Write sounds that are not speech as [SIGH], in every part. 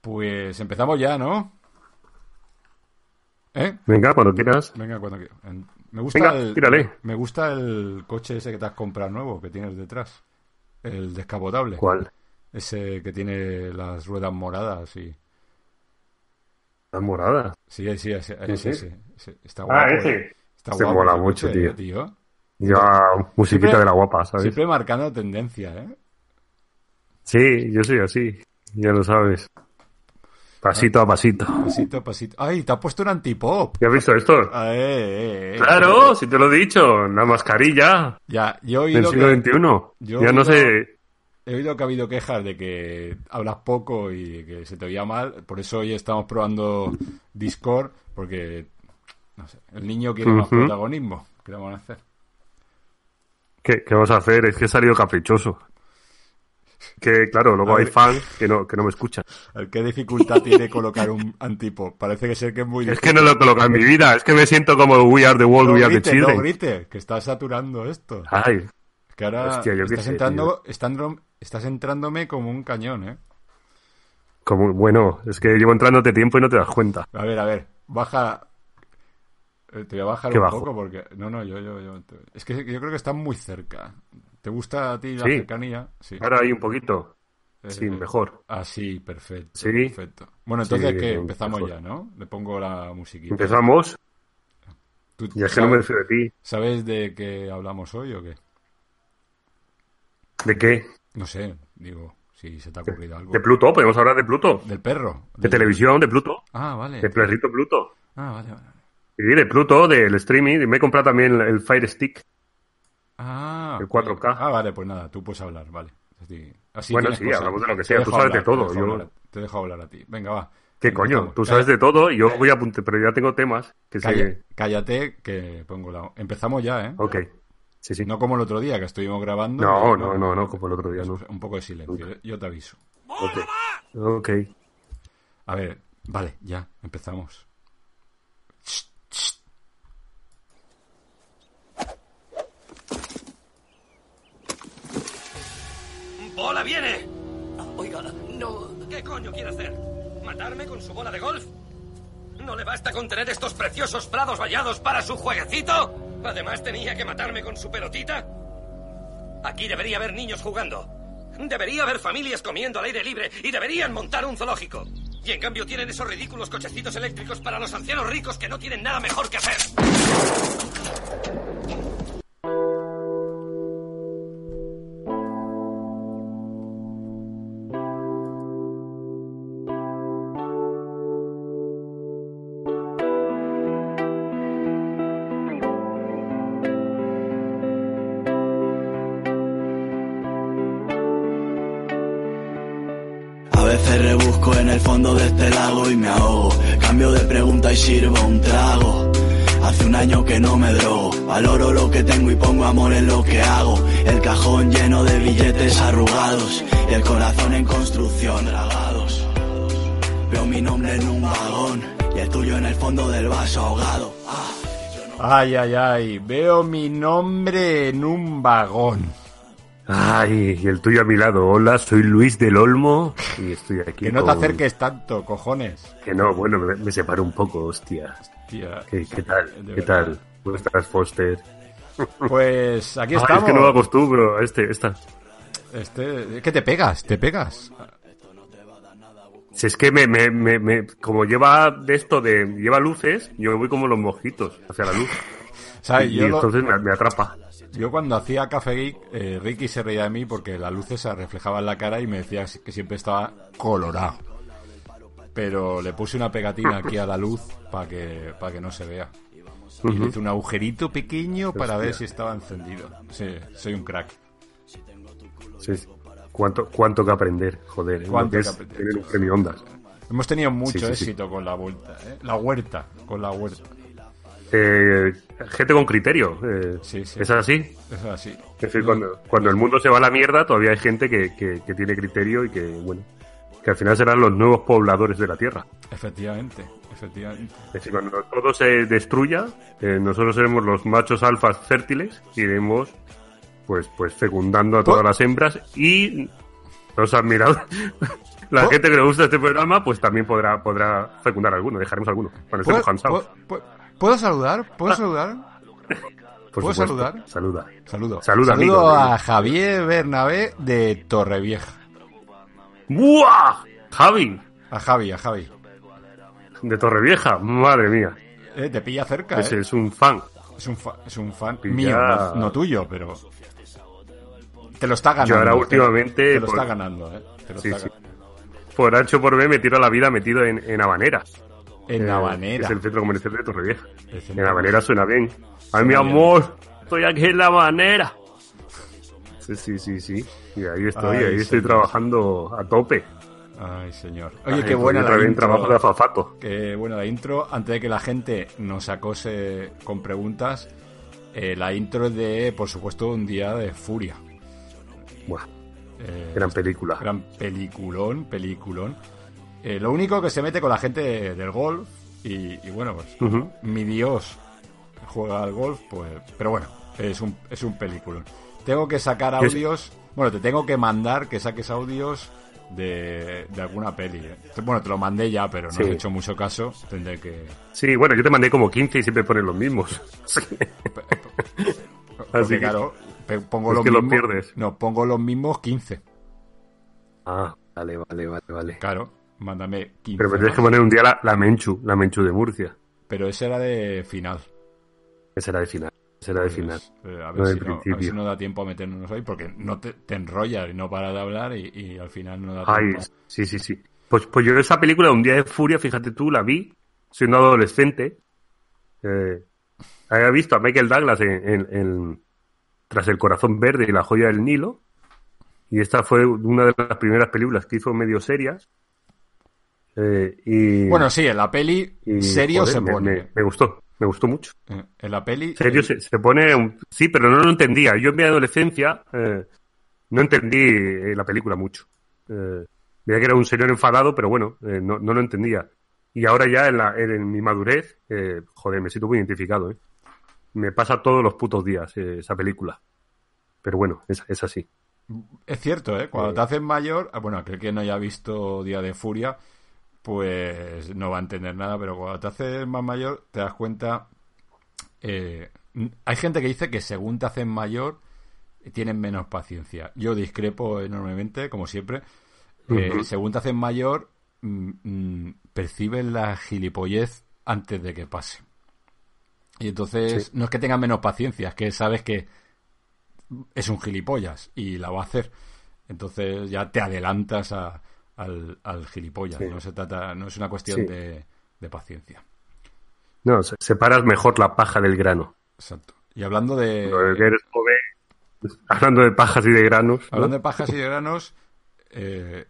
Pues empezamos ya, ¿no? ¿Eh? Venga, cuando quieras. Venga, cuando quieras. En- Me gusta, Venga, el, tírale. me gusta el coche ese que te has comprado nuevo, que tienes detrás. El descapotable. ¿Cuál? Ese que tiene las ruedas moradas y... La morada. Sí, sí, ese, ese, sí? ese, ese. Está Ah, guapo. eh. ese. Está Este guapo mola ese mucho, coche, tío. tío. Ya, musiquita Siempre- de la guapa, ¿sabes? Siempre marcando tendencia, ¿eh? Sí, yo soy así. Ya lo sabes. Pasito a pasito. Pasito, pasito. ¡Ay, te has puesto un antipop! ¿Ya has visto esto? Ah, eh, eh, eh. Claro, si te lo he dicho. La mascarilla Ya, yo he del oído, siglo que, XXI. yo Ya digo- no sé. he oído que ha habido quejas de que hablas poco y que se te oía mal. Por eso hoy estamos probando Discord, porque no sé, el niño quiere más Ujú. protagonismo. ¿Qué le vamos a hacer? ¿Qué, qué vas a hacer? Es que he salido caprichoso. Que claro, A luego hay ver. fans que no, que no me escuchan. A ver, ¿Qué [LAUGHS] dificultad tiene colocar un antipop? Parece que ser que es muy Es que no lo he colocado en mi vida. Es que me siento como We Are the World, No We Are the grites, no Children. grites, que está saturando esto. Ay, Que ahora Hostia, yo qué estás, sé, entrando, están- estás entrándome como un cañón, ¿eh? como, bueno, es que llevo entrándote tiempo y no te das cuenta. A ver, a ver, baja. Eh, Te voy a bajar ¿Qué un bajo? poco porque. No, no, yo, yo, yo. te- Es que yo creo que están muy cerca. ¿Te gusta a ti la Sí. cercanía? Sí. Ahora hay un poquito. Eh, Sí, eh, mejor. Ah, sí, perfecto. Sí. Perfecto. Bueno, entonces Sí, que empezamos mejor. ya, ¿no? Le pongo la musiquita. Empezamos. ¿Tú Y es que no me sabes, fío de ti. sabes de qué hablamos hoy o qué? ¿De qué? No sé, digo, si se te ha ocurrido algo. De Pluto, podemos hablar de Pluto. Del perro. De Del- televisión, de Pluto. Ah, vale. De perrito Pluto. Ah, vale, vale. Sí, de Pluto, del streaming. Y Me he comprado también el Fire Stick. Ah, El 4K. Ah, vale, pues nada, tú puedes hablar, vale. Así, así Bueno, tienes sí, cosa. hablamos de lo que Te sea, tú dejo sabes de todo, Te dejo, yo- hablar, te dejo hablar a ti. Venga, va. ¿Qué Empezamos. coño? Tú Calla- sabes de todo y yo voy a apuntar, pero ya tengo temas que calla- se... Cállate, que pongo la. Empezamos ya, ¿eh? Ok. Sí, sí. No como el otro día que estuvimos grabando. No, y- no, no, no, como el otro día, no. Un poco de silencio, eh, yo te aviso. Ok. A ver, vale, ya, empezamos. Shh, shh. ¡Bola viene! Oiga, no. ¿Qué coño quiere hacer? ¿Matarme con su bola de golf? ¿No le basta con tener estos preciosos prados vallados para su jueguecito? Además, tenía que matarme con su pelotita. Aquí debería haber niños jugando. Debería haber familias comiendo al aire libre y deberían montar un zoológico. Y en cambio tienen esos ridículos cochecitos eléctricos para los ancianos ricos que no tienen nada mejor que hacer. A veces rebusco en el fondo de este lago y me ahogo. Cambio de pregunta y sirvo un trago. Hace un año que no me drogo. Valoro lo que tengo y pongo amor en lo que hago. El cajón lleno de billetes arrugados y el corazón en construcción dragados. Veo mi nombre en un vagón y el tuyo en el fondo del vaso ahogado. Ah, yo no Ay, ay, ay. Veo mi nombre en un vagón. Ay, y el tuyo a mi lado. Hola, soy Luis del Olmo y estoy aquí Que no te con- acerques tanto, cojones. Que no, bueno, me, me separo un poco, hostia. Tía. ¿Qué, qué tal? De ¿Qué verdad. tal? ¿Cómo estás, Foster? Pues aquí Ay, estamos. Ah, es que no me acostumbro a este, esta. Este, es que te pegas, te pegas. Si es que me, me, me, me- como lleva de esto de, lleva luces, yo voy como los mojitos hacia la luz. ¿Sabes? y Yo, lo- entonces me, me atrapa. yo cuando hacía Café Geek, eh, Ricky se reía de mí porque las luces se reflejaban en la cara y me decía que siempre estaba colorado. Pero le puse una pegatina aquí a la luz para que, para que no se vea. Y le hice un agujerito pequeño para ver si estaba encendido. Sí, soy un crack. Sí, sí. Cuánto, cuánto que aprender, joder. ¿eh? Cuánto Lo que que es aprender, tener un chaval. premio Ondas. Hemos tenido mucho Sí, sí, sí. éxito con la vuelta, ¿eh? La huerta, con la huerta. Eh, gente con criterio. eh, Sí, sí. Es así. Es así. Es decir, cuando, cuando el mundo se va a la mierda, todavía hay gente que, que- que tiene criterio y que, bueno, que al final serán los nuevos pobladores de la Tierra. Efectivamente, efectivamente. Es decir, cuando todo se destruya, eh, nosotros seremos los machos alfas fértiles y iremos, pues, pues fecundando a todas las hembras y los admirados. [LAUGHS] La gente que le gusta este programa, pues también podrá, podrá fecundar alguno, dejaremos alguno. Cuando ¿Puedo, estemos cansados. pu- pu- ¿puedo saludar? ¿Puedo saludar? por puedo supuesto. saludar? Saluda. Saludo. Saludo Saluda, amigo. a Javier Bernabé de Torrevieja. ¡Buah! Javi, A Javi, a Javi. de Torrevieja, madre mía. Eh, te pilla cerca, Ese ¿eh? es un fan. Es un, fa- es un fan Pilla- mío, no, no tuyo, pero... Te lo está ganando. Yo ahora te- últimamente, Te lo por- está ganando, ¿eh? Te lo Sí, está sí. ganando. Por ancho por B me tiro a la vida metido en, en Habanera. En Eh, Habanera. Es el centro comercial de Torrevieja. El centro En Habanera suena bien. Ay, mi bien. amor, estoy aquí en La Habanera. Sí, sí, sí, sí. Y ahí estoy, Ay, ahí estoy señor. trabajando a tope. Ay, señor. Oye, Ay, qué buena otra la vez en intro. trabajo de azafato. Qué buena la intro. Antes de que la gente nos acose con preguntas, eh, la intro de, por supuesto, Un día de furia. Buah, Eh, gran película. gran peliculón, peliculón. Eh, lo único que se mete con la gente del golf y, y bueno, pues Ujú. mi dios juega al golf, pues, pero bueno, es un, es un peliculón. Tengo que sacar Yo sé- audios, bueno, te tengo que mandar que saques audios de, de alguna peli. eh. Te- Bueno, te lo mandé ya, pero no Sí. Ah, has hecho mucho caso, tendré que... Sí, bueno, yo te mandé como 15 y siempre pones los mismos. [LAUGHS] Sí. Porque Así que- claro, pe- pongo es los que lo mismos... pierdes. No, pongo los mismos 15, Ah, vale, vale, vale, vale. claro, mándame 15. Pero me tienes ¿no? que poner un día la, la Menchu, la Menchu de Murcia. Pero esa era de final. Esa era de final. Esa era de final. Eh, a, No ver de si no, a ver principio. si no da tiempo a meternos ahí, porque no te, te enrollas y no para de hablar y, y al final no da Ay, tiempo. sí, sí, sí. Pues, pues yo esa película, Un día de furia, fíjate tú, la vi siendo adolescente. Eh, había visto a Michael Douglas en, en- en- Tras el corazón verde y la joya del Nilo. Y esta fue una de las primeras películas que hizo medio serias. Eh, y, Bueno, sí, en la peli y, serio joder, se me- pone. me- me gustó, me gustó mucho. Eh, En la peli... serio se, se pone un- sí pero no lo entendía yo en mi adolescencia eh, no entendí eh, la película mucho eh, veía que era un señor enfadado pero bueno eh, no, no lo entendía y ahora ya en, la- en- en mi madurez eh, joder me siento muy identificado eh. me pasa todos los putos días eh, esa película pero bueno es, es así Es cierto, ¿eh? Cuando te haces mayor, ah, bueno, aquel que no haya visto Día de Furia, pues no va a entender nada, pero cuando te haces más mayor, te das cuenta. eh, n- hay gente que dice que según te haces mayor, eh, tienen menos paciencia. Yo discrepo enormemente, como siempre. Eh, Ujú. Según te haces mayor, mm, mm, percibes la gilipollez antes de que pase. Y entonces, no es que tengan menos paciencia, es que sabes que es un gilipollas y la va a hacer. Entonces ya te adelantas a- al, al gilipollas. Sí. No se trata, no es una cuestión Sí. de, de paciencia. no se- separas mejor la paja del grano Exacto. Y hablando de Cuando eres joven hablando de pajas y de granos ¿no? hablando de pajas y de granos, eh,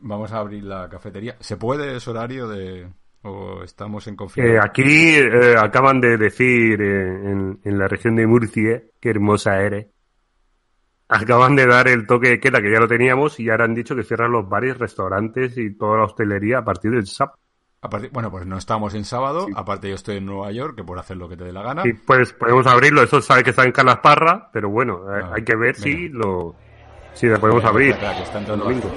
vamos a abrir la cafetería. ¿Se puede? ¿Es horario de o estamos en Eh, confianza? aquí eh, acaban de decir eh, en, en la región de Murcia, qué hermosa eres. Acaban de dar el toque de queda que ya lo teníamos y ahora han dicho que cierran los bares, restaurantes y toda la hostelería a partir del sábado. A partir- bueno, pues no estamos en sábado. Aparte yo estoy en Nueva York, que por hacer lo que te dé la gana. Y pues podemos abrirlo, eso sabe que está en Carlas Parra, pero bueno, eh, Ah, hay que ver si lo si la podemos Espera, abrir. espera, espera, que está entrando Domingo.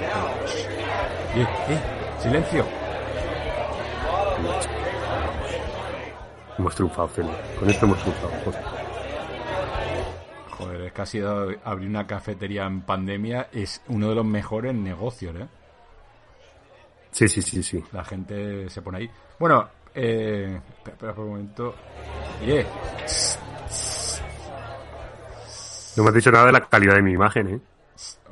Eh, eh, silencio. Hemos triunfado, Feli. Con esto hemos triunfado. joder. Joder, es que ha sido abrir una cafetería en pandemia es uno de los mejores negocios, ¿eh? Sí, sí, sí, sí. La gente se pone ahí. Bueno, eh, espera, espera por un momento. Oye, No me has dicho nada de la calidad de mi imagen, ¿eh?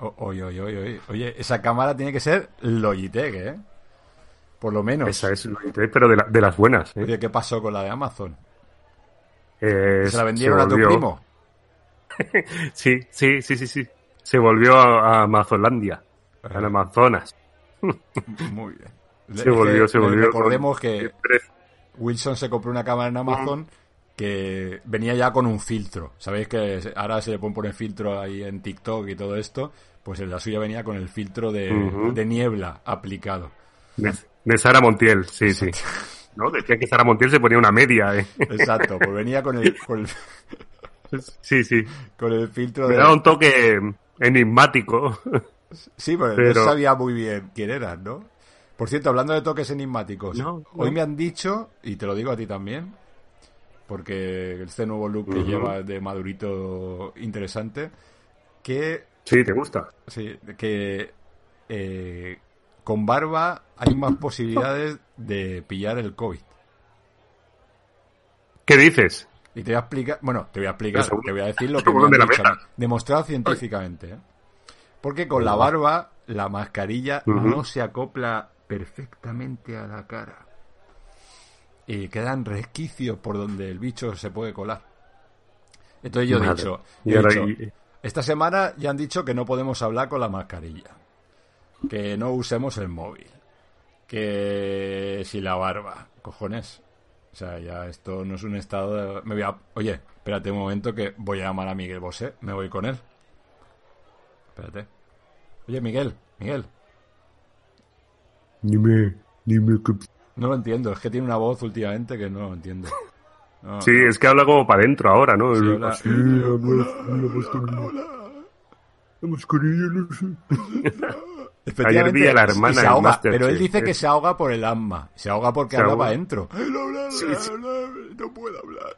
o- oye, oye, oye, oye, oye, esa cámara tiene que ser Logitech, ¿eh? Por lo menos. Esa es lo que- pero de, la- de las buenas. ¿eh? Oye, ¿qué pasó con la de Amazon? Eh, se la vendieron a tu volvió- primo. Sí, sí, sí, sí, sí. se volvió a, a Amazolandia, al Amazonas. Muy bien. Le- Se volvió, que- se le- volvió. Mm. Recordemos que Siempre- Wilson se compró una cámara en Amazon que venía ya con un filtro. Sabéis que se- ahora se le pueden poner filtro ahí en TikTok y todo esto. Pues en la suya venía con el filtro de, Ujú. de niebla aplicado. De, de Sara Montiel, [LAUGHS] sí, sí. No, decían que Sara Montiel se ponía una media, ¿eh? [LAUGHS] Exacto, pues venía con el, con el, [LAUGHS] Sí, sí. con el filtro Me de. daba un toque enigmático. [LAUGHS] Sí, pero, Pero- no sabía muy bien quién eras, ¿no? Por cierto, hablando de toques enigmáticos, No, hoy no. me han dicho, y te lo digo a ti también, porque este nuevo look que Ujú. lleva de madurito interesante, que, Sí, ¿te gusta? sí, que eh, con barba hay más posibilidades de pillar el COVID. ¿Qué dices? Y te voy a explicar, bueno, te voy a explicar, Pero seguro- te voy a decir lo que seguro me han de la dicho a mí. meta. demostrado científicamente. ¿eh? Porque con la barba, la mascarilla Ujú. no se acopla perfectamente a la cara. Y quedan resquicios por donde el bicho se puede colar. Entonces yo he Madre. dicho, Y yo he ahora dicho, y- esta semana ya han dicho que no podemos hablar con la mascarilla, que no usemos el móvil, que si la barba, cojones. O sea, ya esto no es un estado de... Me voy a... Oye, espérate un momento que voy a llamar a Miguel Bosé, me voy con él. Espérate. Oye, Miguel, Miguel, Dime, dime qué... no lo entiendo, es que tiene una voz últimamente que no lo entiendo. Ah, No, Sí, es que habla como para adentro ahora, ¿no? Sí, habla- Así, habla así, la mascarilla. La mascarilla, no sé. Efectivamente, Ayer vi a la hermana y se del ahoga, Masterchef. ¿eh? pero él dice que se ahoga por el asma, se ahoga porque Se habla ahoga. para adentro. Sí, sí. No puedo hablar.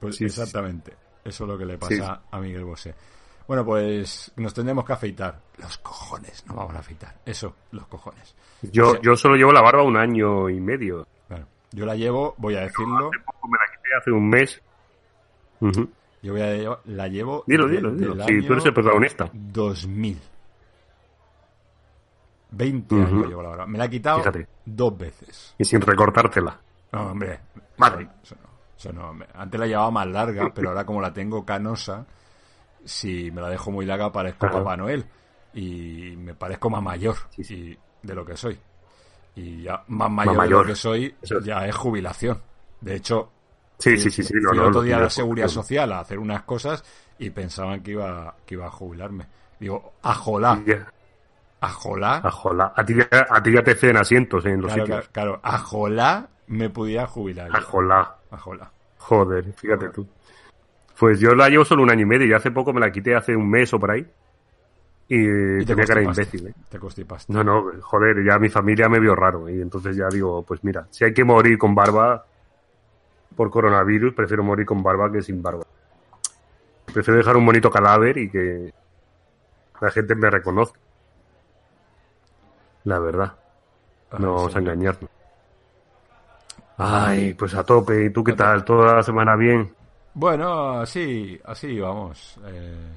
Pues Sí, sí, sí. exactamente, eso es lo que le pasa Sí, a Miguel Bosé. Bueno, pues nos tendremos que afeitar. Los cojones, no vamos a afeitar. Eso, los cojones. Yo, yo solo llevo la barba un año y medio. Claro. Yo la llevo, voy a decirlo, Hace poco me la quité hace un mes. Ujú. yo voy a llevar- la llevo Dilo, de- dilo, dilo. del Sí, tú eres el año protagonista. 2000. 20 Ujú. años llevo la barba. Me la he quitado Fíjate. dos veces. Y sin recortártela. No, hombre. Vale. Eso no, eso no, hombre. Antes la llevaba más larga, pero ahora como la tengo canosa, si me la dejo muy larga parezco Ajá. Papá Noel. Y me parezco más mayor Sí, sí. y- de lo que soy. Y ya más mayor, de lo mayor. que soy Eso es. ya es jubilación. De hecho, Sí, sí, sí, sí. no, fui no, otro no, día a no, la Seguridad no. Social a hacer unas cosas y pensaban que iba, que iba a jubilarme. Digo, ajolá, Ya, ajolá. Ajolá. A ti, ya, a ti ya te ceden asientos en los Claro, sitios. claro, claro, ajolá me pudiera jubilar. yo. Ajolá. Ajolá. Joder, fíjate tú. Pues yo la llevo solo un año y medio. Yo hace poco me la quité hace un mes o por ahí. Y, Y tenía cara de constipaste, imbécil, ¿eh? Te constipaste. No, no, joder, ya mi familia me vio raro. Y entonces ya digo, pues mira, si hay que morir con barba por coronavirus, prefiero morir con barba que sin barba. Prefiero dejar un bonito cadáver y que la gente me reconozca. La verdad, Ay, no vamos sí. a engañarnos. Ay, pues a tope. ¿Y tú qué A tope. tal? ¿Toda la semana bien? Bueno, así, así vamos. eh,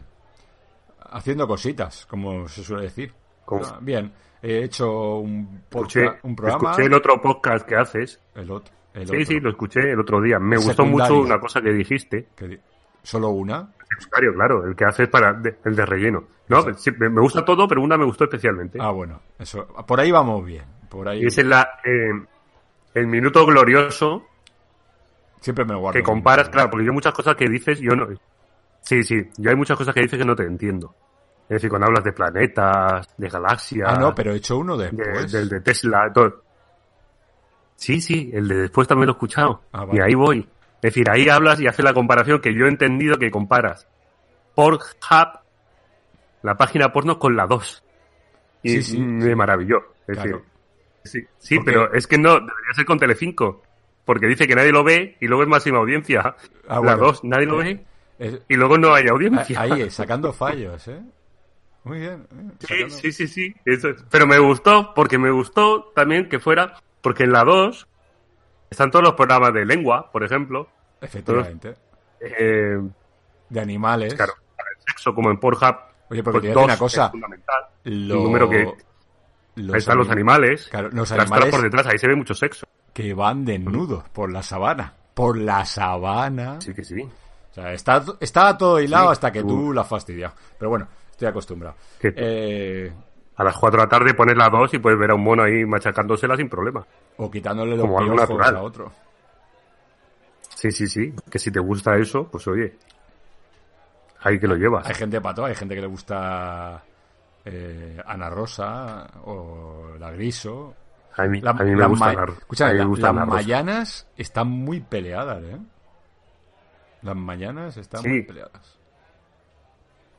haciendo cositas, como se suele decir. Con- Ah, bien, he hecho un, podcast, Escuché, un programa. escuché el otro podcast que haces. el otro. el Sí, otro. sí, lo escuché el otro día. Me gustó Secundario. mucho una cosa que dijiste. Que di- ¿Solo una? Secundario, claro, el que haces para de- el de relleno. No, Exacto. sí, me, me gusta todo, pero una me gustó especialmente. Ah, bueno, eso. Por ahí vamos bien. Por ahí. y es en la, eh, el minuto glorioso Siempre me guardo. que comparas, claro, porque yo muchas cosas que dices, yo no. Sí, sí, yo hay muchas cosas que dices que no te entiendo. Es decir, cuando hablas de planetas, de galaxias, Ah, no, pero he hecho uno de- después. del de Tesla, todo. Sí, sí, el de después también lo he escuchado. Ah, vale. Y ahí voy. Es decir, ahí hablas y haces la comparación que yo he entendido que comparas Pornhub, la página porno, con la 2. Y Sí, sí, me maravilló. Es Claro. decir, sí, sí, Porque- pero es que no, debería ser con Telecinco. Porque dice que nadie lo ve y luego es máxima audiencia. Ah, la bueno. 2, nadie lo ve Es- y luego no hay a- audiencia. ahí, eh, sacando fallos, ¿eh? Muy bien. eh, Sí, sacando- sí, sí, sí. eso es. Pero me gustó, porque me gustó también que fuera, porque en la 2 están todos los programas de lengua, por ejemplo, Efectivamente. eh, De animales. claro, el sexo como en Pornhub. pues Oye, porque te voy a decir dos una cosa. Es fundamental. Lo- Un número que ahí los están los anim- animales, Claro, los las animales tras por detrás, ahí se ve mucho sexo. que van desnudos por la sabana. Por la sabana. Sí que sí. O sea, está, estaba todo hilado hasta que tú- tú la fastidias. Pero bueno, Estoy acostumbrado. Que- Eh, A las 4 de la tarde pones las 2 y puedes ver a un mono ahí machacándosela sin problema. o quitándole los Como algo piojos natural. a otro. Sí, sí, sí. Que si te gusta eso, pues oye. Ahí que lo llevas. Hay gente pato, hay gente que le gusta eh, Ana Rosa o la Griso. A mí, La- a mí me las ma- gusta la, escucha, a mí me la- gusta las la rosa. mañanas están muy peleadas, ¿eh? Las mañanas están Sí. muy peleadas.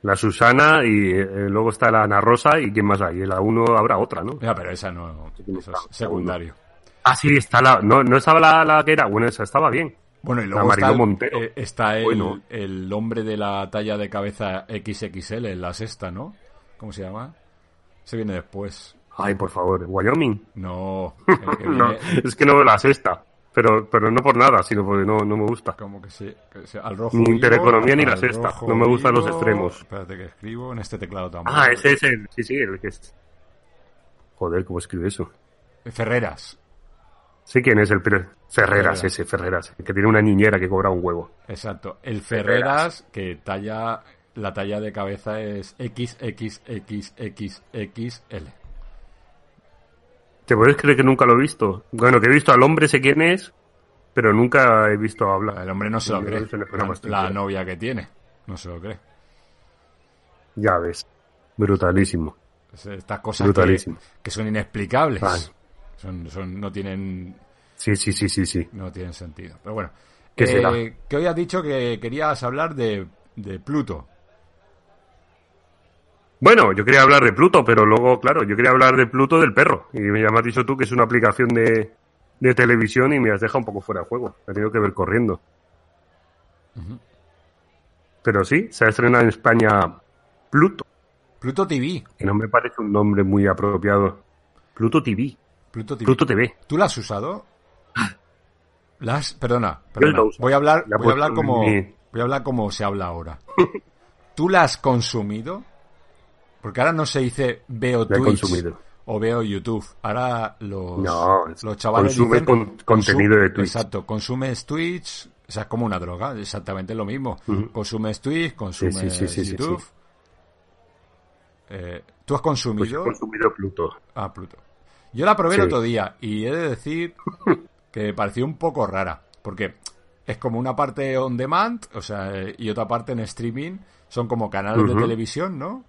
La Susana y eh, luego está la Ana Rosa y quién más hay. En la 1 habrá otra, ¿no? Mira, pero esa no, eso es secundario. Ah, sí, está la. No, no estaba la, la que era. Bueno, esa estaba bien. Bueno, y La luego está, Mariló el- Montero. eh, está el, Bueno. el hombre de la talla de cabeza XXL en la sexta, ¿no? ¿Cómo se llama? Se viene después. Ay, por favor, Wyoming. No, el [LAUGHS] que No, viene- es que no veo la sexta. Pero, pero no por nada, sino porque no, no me gusta. Como que sí, que sí, al rojo. Ni vivo, intereconomía ni la al sexta. rojo No me gustan los vivo. extremos. Espérate que escribo en este teclado tampoco. Ah, ese es el. Sí, sí, el que es. Joder, cómo escribe eso. Ferreras, Sí, quién es el. Pero... Ferreras, Ferreras. ese, Ferreras. el Que tiene una niñera que cobra un huevo. exacto. El Ferreras, que talla, la talla de cabeza es XXXXXXL. ¿Te puedes creer que nunca lo he visto? Bueno, que he visto al hombre, sé quién es, pero nunca he visto hablar. El hombre no se lo Sí, cree. eso en el programa estoy La yo. novia que tiene, no se lo cree. Ya ves. Brutalísimo. Es- Estas cosas que, Brutalísimo. que son inexplicables. Ay. Son, son- no tienen Sí, sí, sí, sí, sí. no tienen sentido. Pero bueno, eh, ¿Qué será? que hoy has dicho que querías hablar de, de Pluto. Bueno, yo quería hablar de Pluto, pero luego, claro, yo quería hablar de Pluto del perro. Y me has dicho tú que es una aplicación de, de televisión y me has dejado un poco fuera de juego. La He tenido que ver corriendo. Pero sí, se ha estrenado en España Pluto, Pluto TV. que no me parece un nombre muy apropiado. Pluto TV. Pluto TV. Pluto TV. ¿Tú la has usado? ¿La has- Perdona, perdona. la uso. Voy a hablar, La he voy a hablar puesto en como, mi- voy a hablar como se habla [LAUGHS] ahora. ¿Tú la has consumido? Porque ahora no se dice veo La he Twitch consumido. o veo YouTube. Ahora los, No, es- los chavales consume dicen, con- consu- contenido de Twitch. Exacto, consumes Twitch, o sea, es como una droga, exactamente lo mismo. Consumes Twitch, consumes sí, sí, sí, YouTube. sí. Eh, ¿Tú has Pues he consumido? consumido Pluto. Ah, Pluto. Yo la probé el Sí. otro día y he de [LAUGHS] decir que me pareció un poco rara, porque es como una parte on demand, o sea, eh, y otra parte en streaming, son como canales de Ujú. televisión, ¿no?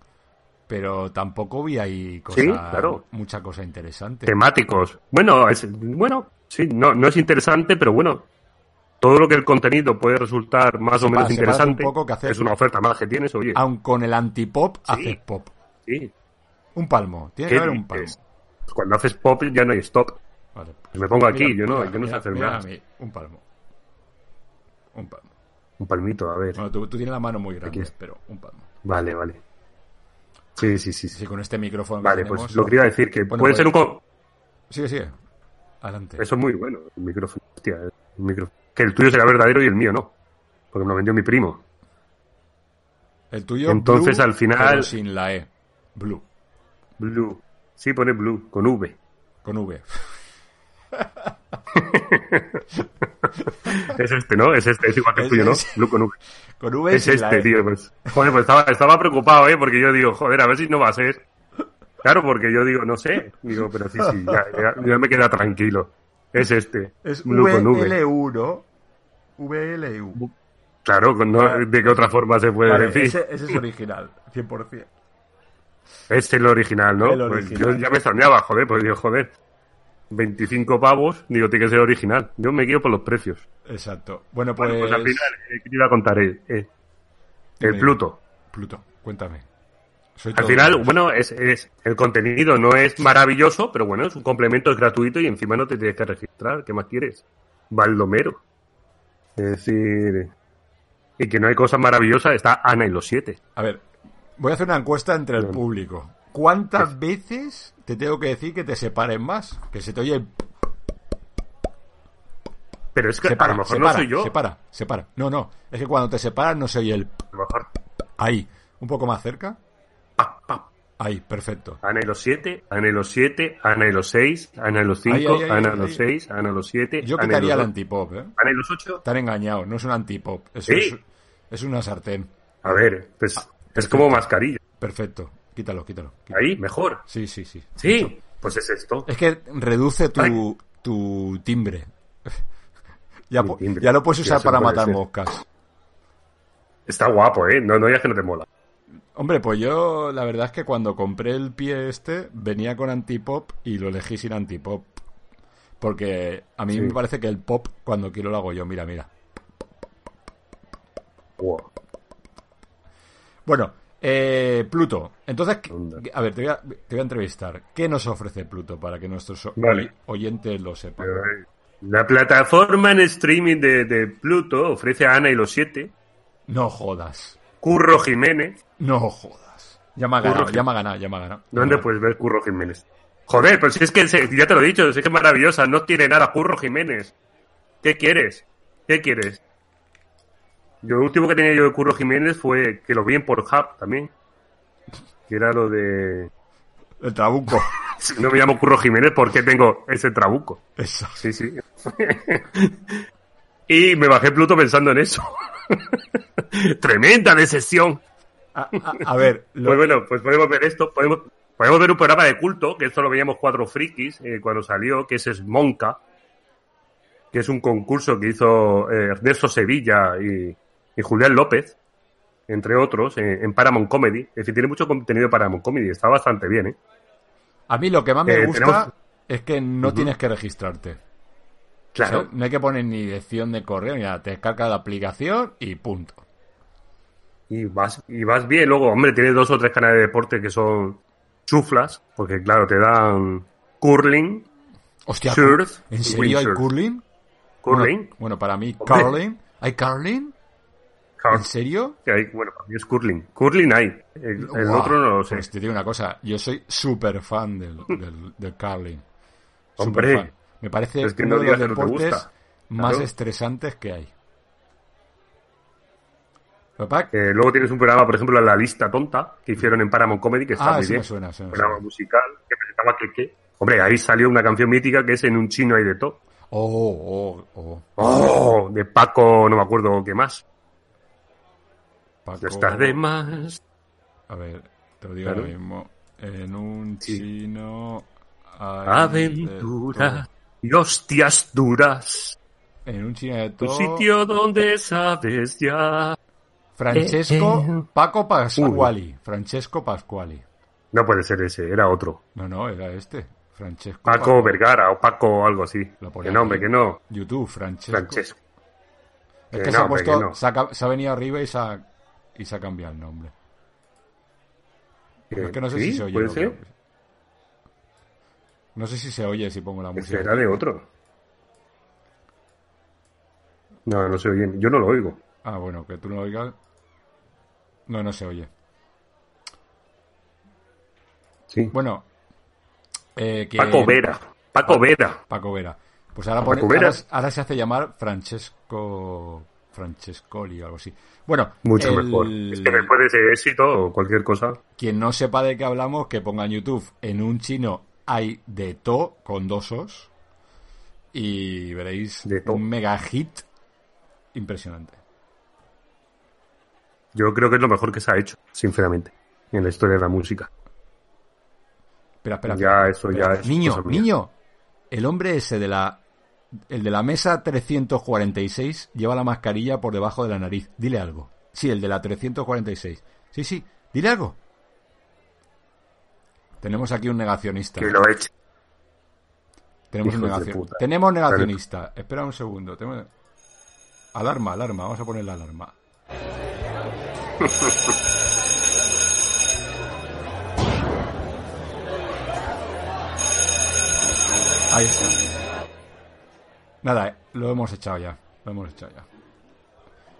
Pero tampoco vi ahí cosa, Sí, claro. Em, mucha cosa interesante. Este, temáticos. Bueno, es, bueno, sí, no, no es interesante, pero bueno, todo lo que el contenido puede resultar más o Se menos pa- se pasa un interesante poco que hacer- es una oferta más que tienes, oye. Aun con el antipop haces pop. sí. Un palmo, tiene ¿Qué que haber un palmo. dices? Pues Cuando haces pop ya no hay stop. Vale. Me pongo aquí, Mira, yo no, mira, yo no sé mira, hacer mira nada. a mí, un palmo. Un palmo. Un palmito, a ver. Bueno, tú, tú tienes la mano muy grande, es. pero un palmo. Vale, vale. Sí, sí, sí. sí. Sí, con este micrófono. que Vale, tenemos- pues lo quería decir que Bueno, puede pues- ser un... co- Sigue, sigue. Adelante. Eso es muy bueno, el micrófono. Hostia, el micrófono. Que el tuyo será verdadero y el mío no. Porque me lo vendió mi primo. El tuyo. Entonces, blue, al final- pero sin la E. Blue. Blue. Sí, pone blue, con V. Con V. Es este, ¿no? Es este, es igual que el Es tuyo, ¿no? ese. Blue [LAUGHS] con V. Con V Es sin la este, E. tío. Pues. Joder, pues estaba, estaba preocupado, ¿eh? Porque yo digo, joder, a ver si no va a ser. Claro, porque yo digo, no sé. Digo, pero sí, sí, ya, ya- ya me queda tranquilo. Es este. Es Blue con V. VL1. VLU. Claro, con- no- ¿de qué otra forma se puede Vale, decir? ese, ese es original, 100%. Es el original, ¿no? El Pues original. yo ya me extrañaba, joder, pues digo, joder. 25 pavos, digo, tiene que ser original. Yo me guío por los precios. Exacto. Bueno, pues. Bueno, pues al final, eh, ¿qué te iba a contar? Eh, eh, el Dime. Pluto. Pluto, cuéntame. Soy Al todo final, oídos. bueno, es, es- el contenido no es maravilloso, pero bueno, es un complemento, es gratuito y encima no te tienes que registrar. ¿Qué más quieres? Baldomero. Es decir, y que no hay cosas maravillosas, está Ana y los siete. A ver, voy a hacer una encuesta entre el público. Pues- ¿Cuántas veces te tengo que decir que te separen más? Que se te oye el Pero es que separa, a lo mejor separa, no soy yo. Separa, separa. No, no. Es que cuando te separas no se oye el p- A lo mejor ahí. Un poco más cerca. Ahí, perfecto. Ana y los siete, Ana y los siete, Ana y los seis, Ana y los Ahí, cinco, ahí, ahí, Ana y ahí. los seis, Ana y los siete, Yo Ana y quitaría el los ocho. antipop, ¿eh? Ana y los ocho. Están engañados, no es un antipop. Eso Sí. es, es una sartén. Ah, A ver, pues es como mascarilla. Perfecto. Quítalo, quítalo. quítalo. Ahí, mejor. Sí, sí, sí. Sí, pues es esto. Es que reduce Ay. tu, tu timbre. [LAUGHS] ya, Mi po- timbre. ya lo puedes usar Eso para puede matar ser. moscas. Está guapo, ¿eh? No, no digas que no te mola. Hombre, pues yo la verdad es que cuando compré el pie este venía con antipop y lo elegí sin antipop. Porque a mí Sí. me parece que el pop cuando quiero lo hago yo, mira, mira. Wow. Bueno, eh, Pluto. Entonces, ¿qué- Anda. a ver, te voy a, te voy a entrevistar. ¿Qué nos ofrece Pluto para que nuestros o- Vale. oyentes lo sepan? Eh, La plataforma en streaming de, de Pluto ofrece a Ana y los siete, No jodas. Curro Jiménez. No jodas. Ya me ha ganado, Curro- ya me ha ganado, ya me ha ganado. ¿Dónde puedes ver Curro Jiménez? Joder, pero si es que se- ya te lo he dicho, es que es maravillosa, no tiene nada Curro Jiménez. ¿Qué quieres? ¿Qué quieres? Lo último que tenía yo de Curro Jiménez fue que lo vi en Pornhub también. Que era lo de... El [LAUGHS] trabuco. Si no me llamo Curro Jiménez, ¿por qué tengo ese trabuco? Eso. Sí, sí. y me bajé Pluto pensando en eso. [LAUGHS] Tremenda decepción. A, a- a ver, lo- Pues bueno, pues podemos ver esto. Podemos, podemos ver un programa de culto, que esto lo veíamos cuatro frikis eh, cuando salió, que es Monca, que es un concurso que hizo eh, Ernesto Sevilla y, y Julián López, entre otros, eh, en Paramount Comedy. Es decir, tiene mucho contenido Paramount Comedy, está bastante bien, ¿eh? a mí lo que más me Eh, gusta tenemos- es que no tienes que registrarte. O Claro. sea, no hay que poner ni dirección de correo ni nada. Te descarga la aplicación y punto. Y vas, y vas bien. Luego, hombre, tienes dos o tres canales de deporte que son chuflas, porque claro, te dan curling, Hostia, Surf ¿en y serio hay windsurf. curling? curling, Bueno, bueno, para mí, Hombre. curling. ¿Hay curling? hard- ¿En serio? que hay- bueno, para mí es curling. Curling hay. El, el Guau. otro no lo sé. Pues te digo una cosa, yo soy súper fan del, del, del curling. Hombre. Superfan. Me parece Es que uno no de los digas que no te deportes gusta. más Claro. estresantes que hay. Papá, Eh, luego tienes un programa, por ejemplo, La Lista Tonta, que hicieron en Paramount Comedy, que Ah, está muy sí me bien. suena, sí me un programa suena. musical que presentaba que, que- Hombre, ahí salió una canción mítica que es En un chino hay de todo. oh, oh, oh. ¡Oh! De Paco, no me acuerdo qué más. Paco, No estás de más. A ver, te lo digo Claro. ahora mismo. En un Sí. chino. hay de Aventura y hostias duras. todo. En un chino hay de Un todo. sitio donde sabes ya. Francesco Eh, eh. Paco Pasquali. Francesco Pasquali. No puede ser ese, era otro. No, no, era este. Francesco. Paco Vergara o Paco algo así. Lo Que ponía no, hombre, aquí. que no. YouTube, Francesco. Francesco. Es que, Que se no, ha hombre, puesto. que no. Se, ha, ca- se ha venido arriba y se ha, y se ha cambiado el nombre. Pero es que no sé ¿Sí? si se oye. ¿Puede lo ser? que- No sé si se oye si pongo la música. Pues Será de otro. No, no se oye. Yo no lo oigo. Ah, bueno, que tú no lo oigas. No, no se oye. Sí. Bueno. eh, que- Paco Vera. Paco Vera. Paco Vera. Pues ahora, Ah, pone- Paco Vera. ahora, ahora se hace llamar Francesco. Francescoli o algo así. Bueno, Mucho el- mejor. Es que después de ese éxito o cualquier cosa. Quien no sepa de qué hablamos, que ponga en YouTube. En un chino hay de to con dos os. Y veréis De to. un mega hit impresionante. Yo creo que es lo mejor que se ha hecho, sinceramente, en la historia de la música. Espera, espera. Ya, espera, eso espera. ya es Niño, cosa mía. niño. El hombre ese de la. El de la mesa 346 lleva la mascarilla por debajo de la nariz. Dile algo. Sí, el de la 346. Sí, sí. Dile algo. Tenemos aquí un negacionista. Que lo eche. Tenemos un Hijos de negacionista. puta. Tenemos negacionista. Espera un segundo. tenemos- Alarma, alarma. Vamos a poner la [LAUGHS] alarma. Ahí está. Nada, eh, lo hemos echado ya. Lo hemos echado ya.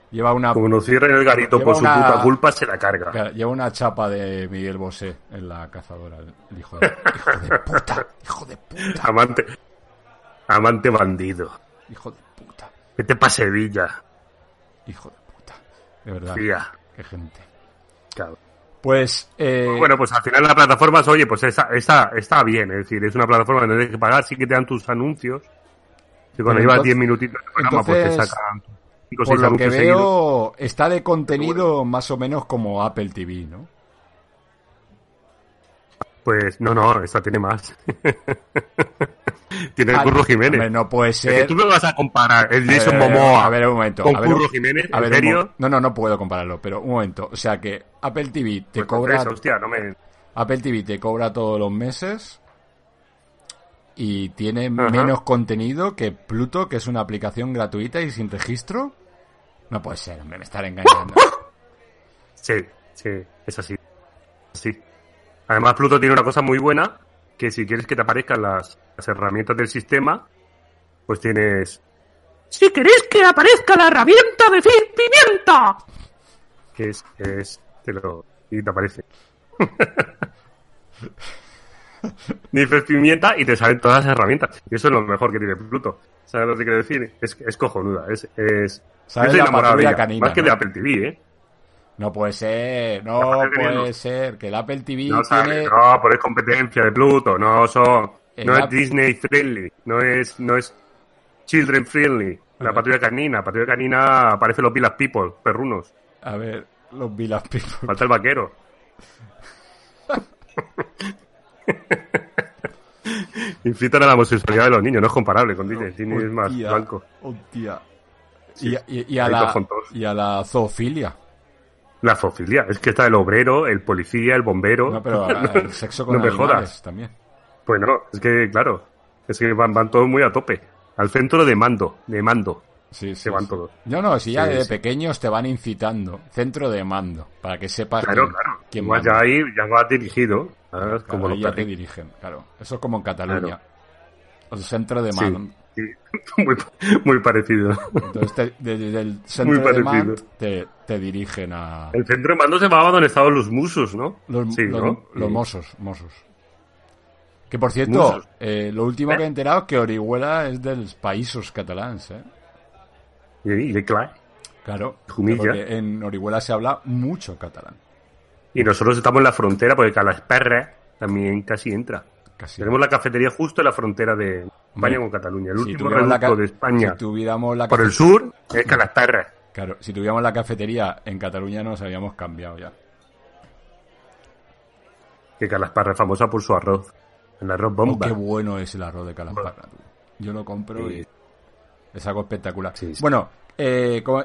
Lleva una, Como nos cierren el garito Lleva por su una- puta culpa, se la carga. claro, lleva una chapa de Miguel Bosé en la cazadora. El el hijo de, hijo de puta. Hijo de puta. [LAUGHS] Amante. Amante bandido. Hijo de puta. Vete pa' Sevilla, Hijo de puta. De verdad. tía. Qué gente. Claro. Pues, eh, Bueno, pues al final la plataforma, oye, pues está, está, está bien, es decir, es una plataforma donde tienes que pagar, sí que te dan tus anuncios. Y Pero cuando llevas entonces- 10 minutitos de programa, pues te entonces, sacan 5 o por 6 lo que anuncios veo, seguidos. está de contenido más o menos como Apple TV, ¿no? Pues no, no, esta tiene más. [LAUGHS] tiene el Curro Ah, Hombre, Jiménez. no puede Es que ser. tú me vas a comparar el A ver, Jason a ver, Momoa A ver, un momento. con a ver, Curro un- Jiménez, a ver, un ¿en mo- serio? No, no, no puedo compararlo, pero un momento. O sea que Apple TV te Pues por cobra. eso, hostia, no me... Apple TV te cobra todos los meses y tiene Ajá. menos contenido que Pluto, que es una aplicación gratuita y sin registro. No puede ser, hombre, me estar engañando. Sí, sí, es así. Sí. Además, Pluto tiene una cosa muy buena, que si quieres que te aparezcan las, las herramientas del sistema, pues tienes... Si queréis que aparezca la herramienta de Phil Pimienta. que es... que es te lo, y te aparece. [LAUGHS] Dices pimienta y te salen todas las herramientas. Y eso es lo mejor que tiene Pluto. ¿Sabes lo que quiero decir? Es, es cojonuda. Es, es, yo ¿Sabes? estoy La enamorado de patrulla ella. canina, Más que ¿no? de Apple TV, ¿eh? No puede ser, no No, no, puede no. ser. Que el Apple TV No, tiene. sale, no, pero es competencia de Pluto, no son, El no es app- Disney friendly, no es, no es children friendly. La patrulla canina, patrulla canina aparecen los Village People, perrunos, A ver, los Village People. falta [LAUGHS] el vaquero. Incitan a la homosexualidad de los niños, no es comparable con Disney, Disney es más Hostia, blanco. hostia. Sí, Y, y- y a ahí la, todos juntos. y a la zoofilia. La zoofilia, es que está el obrero, el policía, el bombero. No, [LAUGHS] pero a- el sexo con no me animales jodas. también. Pues no, es que claro, es que van, van todos muy a tope. Al centro de mando, de mando. Sí, sí, Se van sí. todos. No, no, si ya Sí, de sí. pequeños te van incitando. Centro de mando, para que sepas Claro, quién, claro. quién Igual manda. ya ahí ya vas dirigido. ¿sabes? Claro, Como ahí los ya te perritos. dirigen, claro. Eso es como en Cataluña. El centro de Sí, [LAUGHS] mando. sí. Muy, muy parecido. Entonces, te- desde el centro de parecido. mando te, te dirigen a El centro de mando se llamaba donde estaban los musos, ¿no? los, sí, los- ¿no? los Sí. mozos, mozos. Que por cierto, Mozos. eh, lo último que he enterado es que Orihuela es de los países catalans, ¿eh? Y, y claro, Claro, Jumilla. porque en Orihuela se habla mucho catalán. y nosotros estamos en la frontera porque Calasperra también casi entra. Casi. Tenemos la cafetería justo en la frontera de España con Cataluña. El Si último tuviéramos la reducto ca- de España Si tuviéramos la por el cafe- sur es Calasperra. Claro, si tuviéramos la cafetería en Cataluña nos habíamos cambiado ya. Que Calasparra es famosa por su arroz. El arroz Oh, bomba. qué bueno es el arroz de Calasparra, tú. Yo lo compro y Sí. es algo espectacular. Sí, sí. Bueno, eh, como,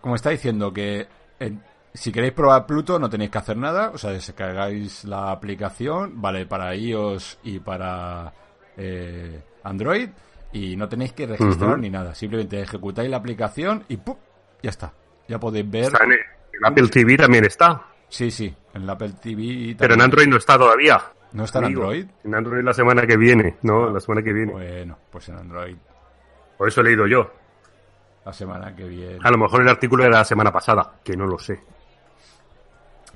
como está diciendo que eh, si queréis probar Pluto no tenéis que hacer nada, o sea, descargáis la aplicación, vale, para iOS y para eh, Android y no tenéis que registrar Ujú. ni nada, simplemente ejecutáis la aplicación y ¡pum! ya está. Ya podéis ver. Está en el- en Apple TV también está. Sí, sí, en el Apple TV y Pero en Android no está todavía. ¿No está en Amigo, Android? En Android la semana que viene, ¿no? La semana que viene. Bueno, pues en Android Por eso he leído yo. la semana que viene. A lo mejor el artículo era la semana pasada, que no lo sé.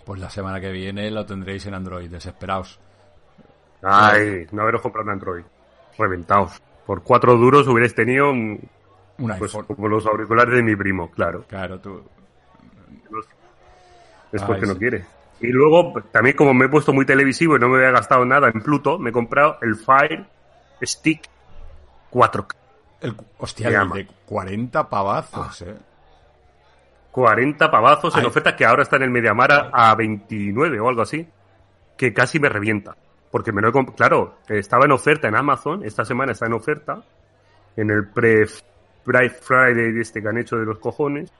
Pues la semana que viene lo tendréis en Android, desesperaos. Ay, no haberos comprado un Android. Reventaos. Por cuatro duros hubierais tenido un- Un pues, iPhone. como los auriculares de mi primo, claro. Claro, tú. Es Ay, porque no sí. quiere. Y luego, también como me he puesto muy televisivo y no me había gastado nada en Pluto, me he comprado el Fire Stick 4K. El, cu- hostia, Se el llama. de 40 Ah. pavazos, eh. 40 pavazos en Ay. ofertas que ahora está en el Mediamar a, a 29 o algo así, que casi me revienta. Porque me lo he comp- Claro, estaba en oferta en Amazon, esta semana está en oferta, en el pre Black Friday este que han hecho de los cojones.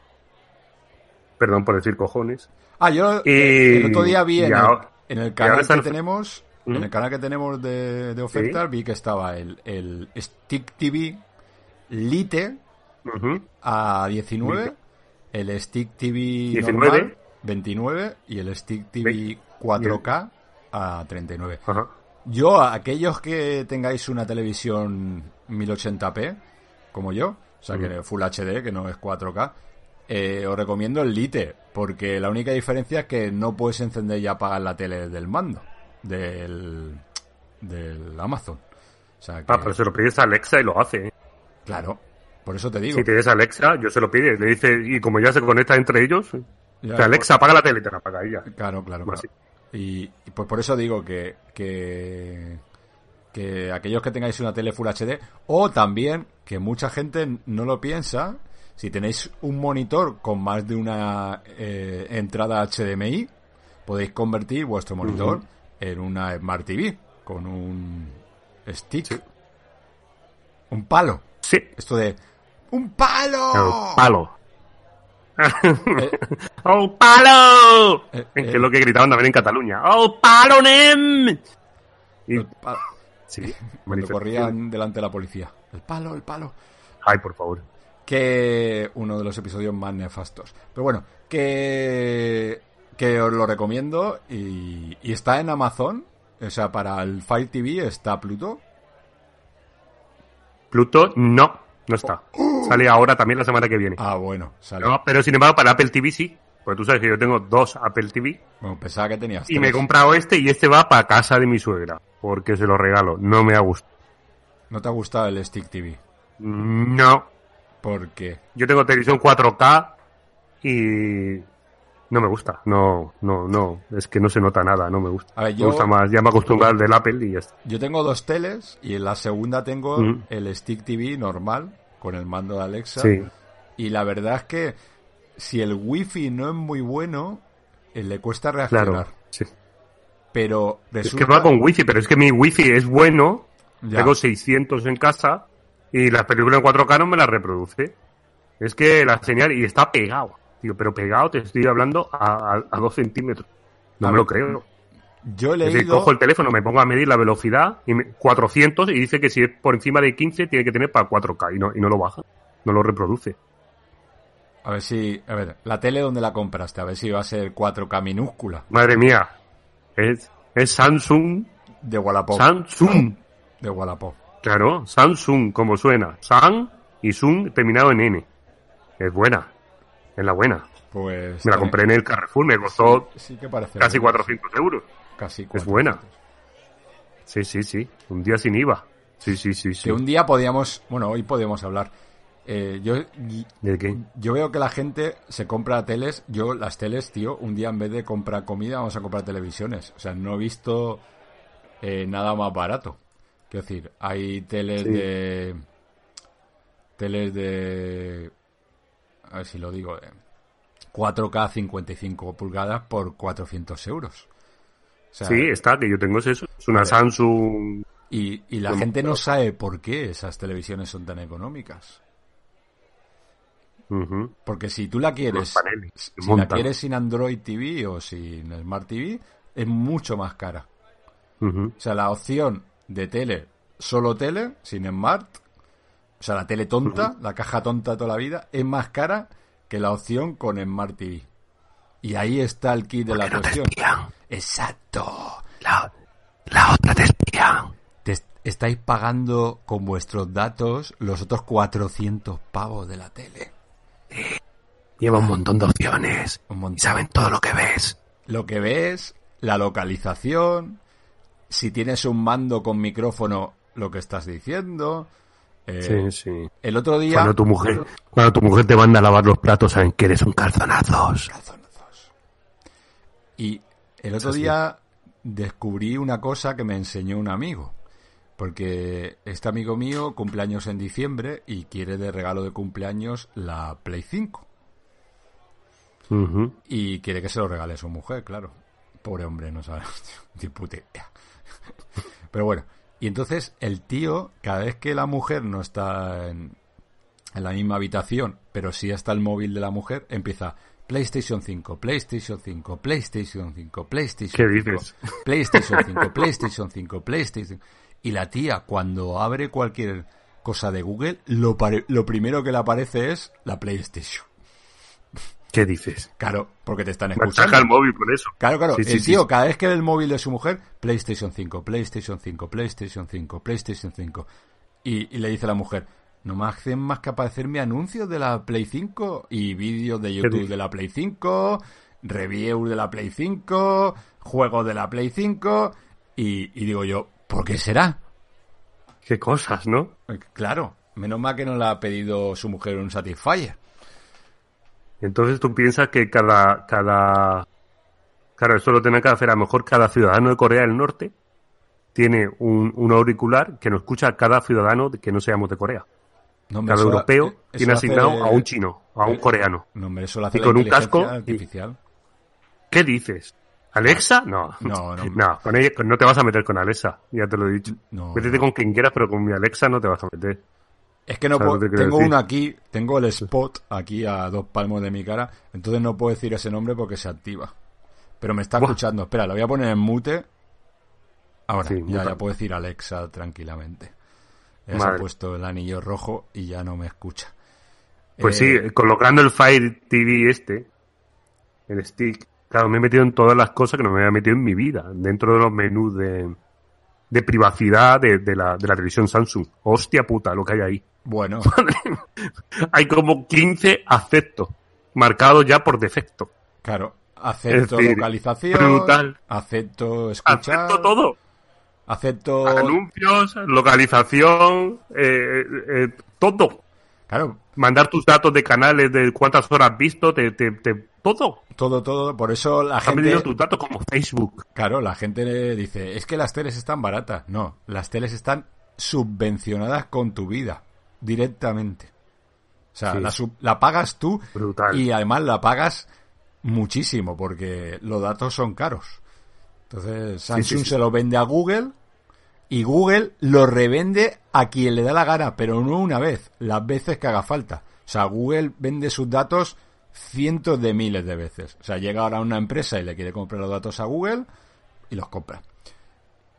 Perdón por decir cojones. Ah, yo Y- eh, el otro día vi en, y el, ahora- en el ahora canal está que el- tenemos, ¿Mm? en el canal que tenemos de, de ofertas, vi que estaba el, el Stick TV Lite Ujú. a 19, el Stick TV 19. normal 29 y el Stick TV Ve- 4K a 39. Ajá. Yo, a aquellos que tengáis una televisión 1080p, como yo, o sea Mm. que Full HD, que no es 4K, eh, os recomiendo el Lite, porque la única diferencia es que no puedes encender y apagar la tele del mando, del, del Amazon. O sea que, Ah, pero se lo pides a Alexa y lo hace. ¿eh? claro, por eso te digo. Si tienes a Alexa, yo se lo pide. Le dice, y como ya se conecta entre ellos, Ya, o sea, Alexa, apaga la tele, te la apaga ella. Claro, claro, Bueno, claro. Y, y pues por eso digo que, que, que aquellos que tengáis una tele Full HD, o también, que mucha gente no lo piensa, si tenéis un monitor con más de una eh, entrada HDMI, podéis convertir vuestro monitor en una Smart TV con un stick. Un palo. Sí, Esto de... ¡Un palo! el [LAUGHS] palo. ¡Oh, palo! Eh, que eh. es lo que gritaban también en Cataluña. ¡Oh, palo, nem! Y, El palo. [LAUGHS] sí, Cuando manifestación. corrían delante de la policía. El palo, el palo. Ay, por favor. que uno de los episodios más nefastos. Pero bueno, que, que os lo recomiendo y, y está en Amazon. O sea, para el Fire TV está Pluto. Pluto, no, no está. Sale ahora también la semana que viene. Oh. Ah, bueno, sale. No, pero sin embargo, para Apple TV sí. Porque tú sabes que yo tengo dos Apple TV Bueno, pensaba que tenías. y tres. me he comprado este y este va para casa de mi suegra. Porque se lo regalo. No me ha gustado. No te ha gustado el Stick TV. No. Porque. Yo tengo televisión 4K y no me gusta. No, no, no. Es que no se nota nada. No me gusta. A ver, yo- Me gusta más. Ya me he acostumbrado al del Apple y ya está. Yo tengo dos teles y en la segunda tengo Mm. el Stick TV normal con el mando de Alexa. Sí. Y la verdad es que si el wifi no es muy bueno, eh, le cuesta reaccionar. Claro. sí. Pero Es resulta que va con wifi, pero es que mi wifi es bueno. Ya. Tengo 600 en casa y las películas en 4K no me las reproduce. Es que la señal y está pegado. Tío, pero pegado te estoy hablando a, a, a dos centímetros. No A me ver, lo creo. Yo he Es decir, leído. cojo el teléfono, me pongo a medir la velocidad y me- 400 y dice que si es por encima de 15 tiene que tener para 4K y no, y no lo baja. No lo reproduce. A ver si. A ver, la tele donde la compraste, a ver si va a ser 4K minúscula Madre mía. Es, es Samsung. de Wallapop. Samsung. De Wallapop. Claro, Samsung, como suena. Sam y Sun terminado en N. Es buena. Es la buena. Pues. Me la tiene- compré en el Carrefour, me costó Sí que parece. casi buena. 400 euros. Casi Es 400. buena. Sí, sí, sí. Un día sin IVA. Sí, sí, sí, sí. Que un día podíamos. Bueno, hoy podíamos hablar. Eh, yo, y- ¿De qué? yo veo que la gente se compra teles. Yo, las teles, tío, un día en vez de comprar comida, vamos a comprar televisiones. O sea, no he visto eh, nada más barato. Quiero decir, hay teles Sí. de. Teles de. A ver si lo digo. eh, 4K 55 pulgadas por 400 euros. O sea, Sí, está, que yo tengo es eso. Es una Samsung. y, y la Bueno, gente no sabe por qué esas televisiones son tan económicas. Ujú. Porque si tú la quieres, Los paneles que si la montan. quieres sin Android TV o sin Smart TV, es mucho más cara. Ujú. O sea, la opción de tele, solo tele, sin Smart, o sea, la tele tonta, la caja tonta toda la vida, es más cara que la opción con Smart TV. Y ahí está el kit de la cuestión. Exacto. La, la otra te espía. Te est- estáis pagando con vuestros datos los otros 400 pavos de la tele. Lleva un montón de opciones. Un montón. Y saben todo lo que ves. Lo que ves, la localización, si tienes un mando con micrófono, lo que estás diciendo. Eh, Sí, sí. El otro día... Cuando tu, mujer, cuando tu mujer te manda a lavar los platos, saben que eres un Calzonazos. Calzonazos. Y el otro día descubrí una cosa que me enseñó un amigo. Porque este amigo mío cumpleaños en diciembre y quiere de regalo de cumpleaños la Play 5. Ujú. Y quiere que se lo regale a su mujer, claro. Pobre hombre, no sabe. [LAUGHS] Ni puta idea. Pero bueno. Y entonces el tío, cada vez que la mujer no está en, en la misma habitación, pero sí está el móvil de la mujer, empieza PlayStation 5, PlayStation 5, PlayStation 5, PlayStation 5. ¿Qué dices? [LAUGHS] PlayStation 5, PlayStation 5, PlayStation. Y la tía, cuando abre cualquier cosa de Google, lo, pare- lo primero que le aparece es la PlayStation. ¿Qué dices? Claro, porque te están escuchando. Saca el móvil por eso. Claro, claro. Sí, sí, el sí, tío, sí. cada vez que ve el móvil de su mujer, PlayStation 5, PlayStation 5, PlayStation 5, PlayStation 5. Y, y le dice a la mujer, no me hacen más que aparecerme anuncios de la Play 5 y vídeos de YouTube dices? de la Play 5, reviews de la Play 5, juegos de la Play 5. Y, y digo yo, ¿por qué será? Qué cosas, ¿no? Eh, Claro, menos mal que no la ha pedido su mujer un Satisfyer. Entonces tú piensas que cada, cada, claro, esto lo tienen que hacer a lo mejor cada ciudadano de Corea del Norte tiene un, un auricular que no escucha a cada ciudadano de- que no seamos de Corea. No, hombre, Cada eso- europeo eh, eso tiene lo asignado hace- e-, a e-, un chino, a un eh, coreano. No, hombre, eso lo hace Y la con un inteligencia casco y- artificial. ¿Qué dices? ¿Alexa? No. Ah, No, no. con ella- con- [LAUGHS] no te vas a meter con Alexa, ya te lo he dicho. No, Métete no. con quien quieras, pero con mi Alexa no te vas a meter. Es que no ¿Sabes puedo. lo que quiero tengo decir? uno aquí, tengo el spot aquí a dos palmos de mi cara, entonces no puedo decir ese nombre porque se activa. Pero me está Buah. escuchando. Espera, la voy a poner en mute. Ahora, Sí, ya, mute. ya puedo decir Alexa tranquilamente. Ya se ha Madre. puesto el anillo rojo y ya no me escucha. Pues Eh, sí, colocando el Fire TV este, el stick, claro, me he metido en todas las cosas que no me había metido en mi vida, dentro de los menús de, de privacidad de, de la, de la televisión Samsung. Hostia puta, lo que hay ahí. [LAUGHS] Bueno, Hay como 15 aceptos, marcados ya por defecto. claro. Acepto Es decir, localización. brutal. Acepto escuchar. Acepto todo. Acepto. Anuncios, localización, eh, eh, todo. Claro, Mandar tus datos de canales, de cuántas horas has visto, te, te, te- todo. todo, todo. Por eso la Han gente. vendido tus datos como Facebook. Claro, la gente le dice, es que las teles están baratas. No, las teles están subvencionadas con tu vida, directamente. O sea, Sí. la, sub- la pagas tú Brutal. y además la pagas muchísimo porque los datos son caros. Entonces, Samsung sí, sí. se lo vende a Google y Google lo revende a quien le da la gana, pero no una vez, las veces que haga falta. O sea, Google vende sus datos cientos de miles de veces. O sea, llega ahora una empresa y le quiere comprar los datos a Google y los compra.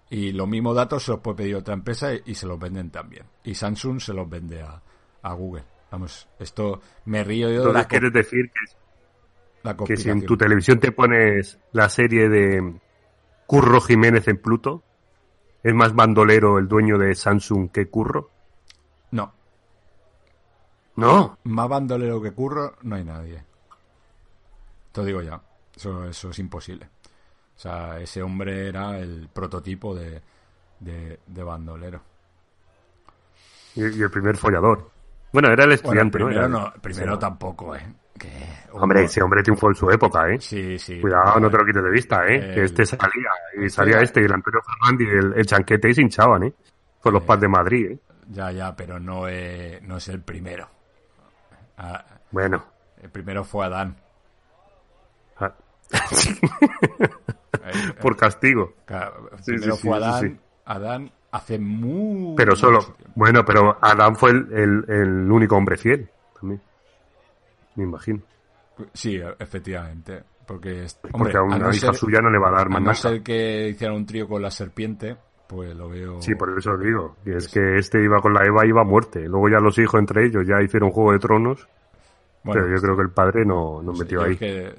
Y los mismos datos se los puede pedir otra empresa y, y se los venden también. Y Samsung se los vende a, a Google. Vamos, esto me río yo de Entonces la, co- quieres decir que la que si en complicación. tu televisión te pones la serie de Curro Jiménez en Pluto, es más bandolero el dueño de Samsung que Curro. No, No, más bandolero que curro no hay nadie. Te lo digo ya, eso, eso es imposible. O sea, ese hombre era el prototipo de, de, de bandolero. y, y el primer follador. Bueno, era el Bueno, estudiante, primero, ¿no? no, Era- primero sí. tampoco, ¿eh? Que, Hombre, ese hombre triunfó en su época, ¿eh? Sí, sí. Cuidado, no te lo quites de vista, ¿eh? El- que este salía, y este salía era- este, y el Antonio Fernández y el, el chanquete y se hinchaban, ¿eh? Por los Paz de Madrid, ¿eh? Ya, ya, pero no, eh, no es el primero. Ah, Bueno. el primero fue Adán. [LAUGHS] ah, Eh, eh, por castigo. ca- el sí, primero sí, fue sí, Adán. sí. Adán hace mucho. Pero solo. tiempo. Bueno, pero Adán fue el, el- el único hombre fiel también. Me imagino. Sí, e- efectivamente. Porque, es- hombre, Porque a a una no hija ser- suya no le va a dar a más no nada. ser que hicieran un trío con la serpiente, pues lo veo. Sí, por eso digo. Y es que este iba con la Eva, iba a muerte. Luego ya los hijos entre ellos ya hicieron Juego de Tronos. Bueno, pero yo creo que el padre no, no sí, metió yo ahí. es que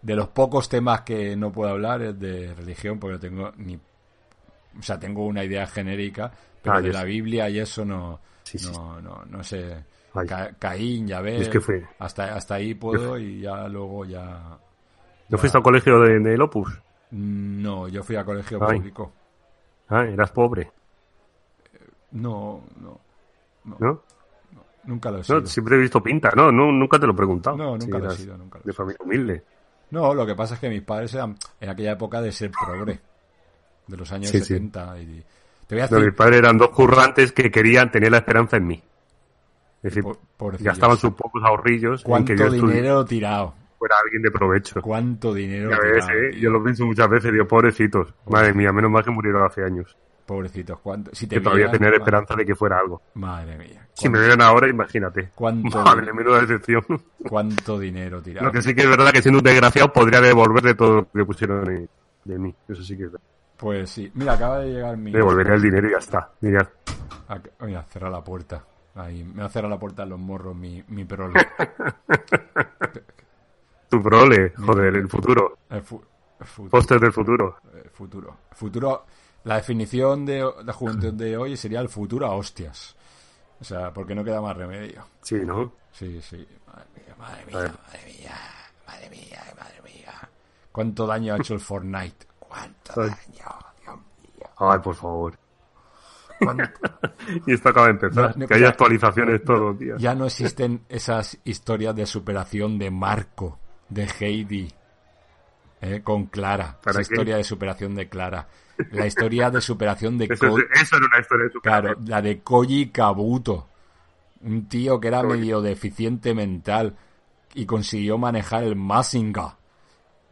de los pocos temas que no puedo hablar es de religión, porque no tengo ni. O sea, tengo una idea genérica, pero Ah, de yo la sí. Biblia y eso no. Sí, sí, no, no, no sé. Ay. Ca- Caín, ya ves. Es que fue- Hasta, hasta ahí puedo y ya luego ya. ¿No fuiste al colegio de, del Opus? No, yo fui a colegio Ay. público. Ah, eras pobre, No, no. ¿no? Nunca lo he sido. No, siempre he visto pinta. No, no nunca te lo he preguntado. No, nunca lo he eras sido, nunca lo he De familia humilde. No, lo que pasa es que mis padres eran en aquella época de ser progre, de los años Sí, sí. 70. Y, te voy a No, mis decir, padres eran dos currantes que querían tener la esperanza en mí. Es decir, po- pobrecillos, gastaban sus pocos ahorrillos en ¿cuánto que yo estu- dinero tirado? fuera alguien de provecho. ¿Cuánto dinero Ya ves, tirado? ¿eh? Yo lo pienso muchas veces, digo, pobrecitos. Madre mía, menos mal que murieron hace años. Pobrecitos, ¿cuánto? Si te Que todavía vieran- tener esperanza de que fuera algo. Madre mía. Si me vieran ahora, imagínate. ¿Cuánto, [LAUGHS] Madre, menuda decepción. cuánto dinero tirado? Lo que sí que es verdad que siendo un desgraciado podría devolverle todo lo que pusieron de, de mí. Eso sí que es verdad. Pues sí, mira, acaba de llegar mi... Devolvería el dinero y ya está. Diría, Ac- Mira, cierra la puerta. Ahí, me ha cerrado la puerta en los morros mi, mi [LAUGHS] prole. tu prole, Mm. joder, el futuro. El fu- el futuro. Póster del futuro. Eh, futuro. Futuro. La definición de la juventud de hoy sería el futuro a hostias. O sea, porque no queda más remedio. Sí, ¿no? Sí, sí. Madre mía, madre mía, madre mía, madre mía, madre mía. ¿Cuánto daño ha hecho el Fortnite? ¿Cuánto Ay. daño? Dios mío. Ay, por favor. ¿Cuánto? [LAUGHS] Y esto acaba de empezar. No, no, que hay ya- actualizaciones todos los días. Ya no existen esas historias de superación de Marco, de Heidi, ¿eh? con Clara. ¿Para Esa qué? historia de superación de Clara. La historia de superación de Eso, Cody. es- eso era una historia de Claro, superación. la de Koji Kabuto. Un tío que era Koji. medio deficiente mental y consiguió manejar el Mazinga. O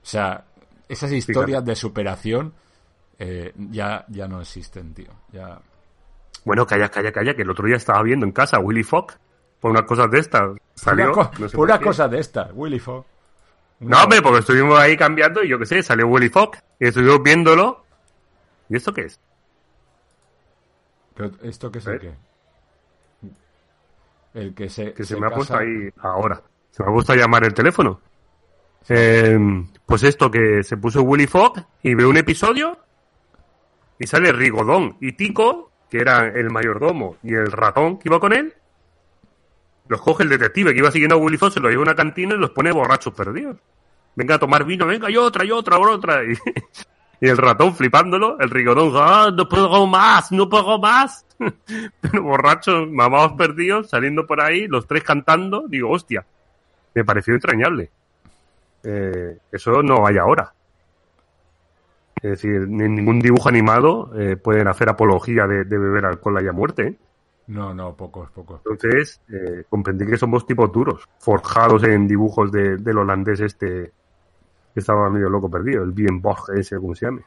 sea, Esas historias de superación eh, ya, ya no existen, tío. Ya... Bueno, calla, calla, calla, que el otro día estaba viendo en casa Willy Fox por unas cosas de estas. Pura Salió. co- no sé por puras qué. cosas de estas, Willy Fox. No, hombre, porque estuvimos ahí cambiando y yo qué sé, salió Willy Fox y estuvimos viéndolo. ¿Y esto qué es? Pero, ¿Esto qué es el ¿Eh? qué? El que se. Que se, me ha casa- puesto ahí ahora. Se me ha puesto a llamar el teléfono. Eh, pues esto que se puso Willy Fox y ve un episodio y sale Rigodón y Tico, que eran el mayordomo y el ratón que iba con él. Los coge el detective que iba siguiendo a Willy Fox, se los lleva a una cantina y los pone borrachos perdidos. Venga a tomar vino, venga, y otra, y otra, y otra. [LAUGHS] Y, y el ratón flipándolo, el rigodón, "Ah, no puedo más, no puedo más. Pero [LAUGHS] borrachos, mamados perdidos, saliendo por ahí, los tres cantando, digo, hostia, me pareció entrañable. Eh, eso no hay ahora. Es decir, ni en ningún dibujo animado eh, pueden hacer apología de, de beber alcohol y a muerte. ¿eh? No, no, pocos, pocos. Entonces, eh, comprendí que somos tipos duros, forjados en dibujos de- del holandés este que estaba medio loco perdido, el Bien Borg, ese como se llame.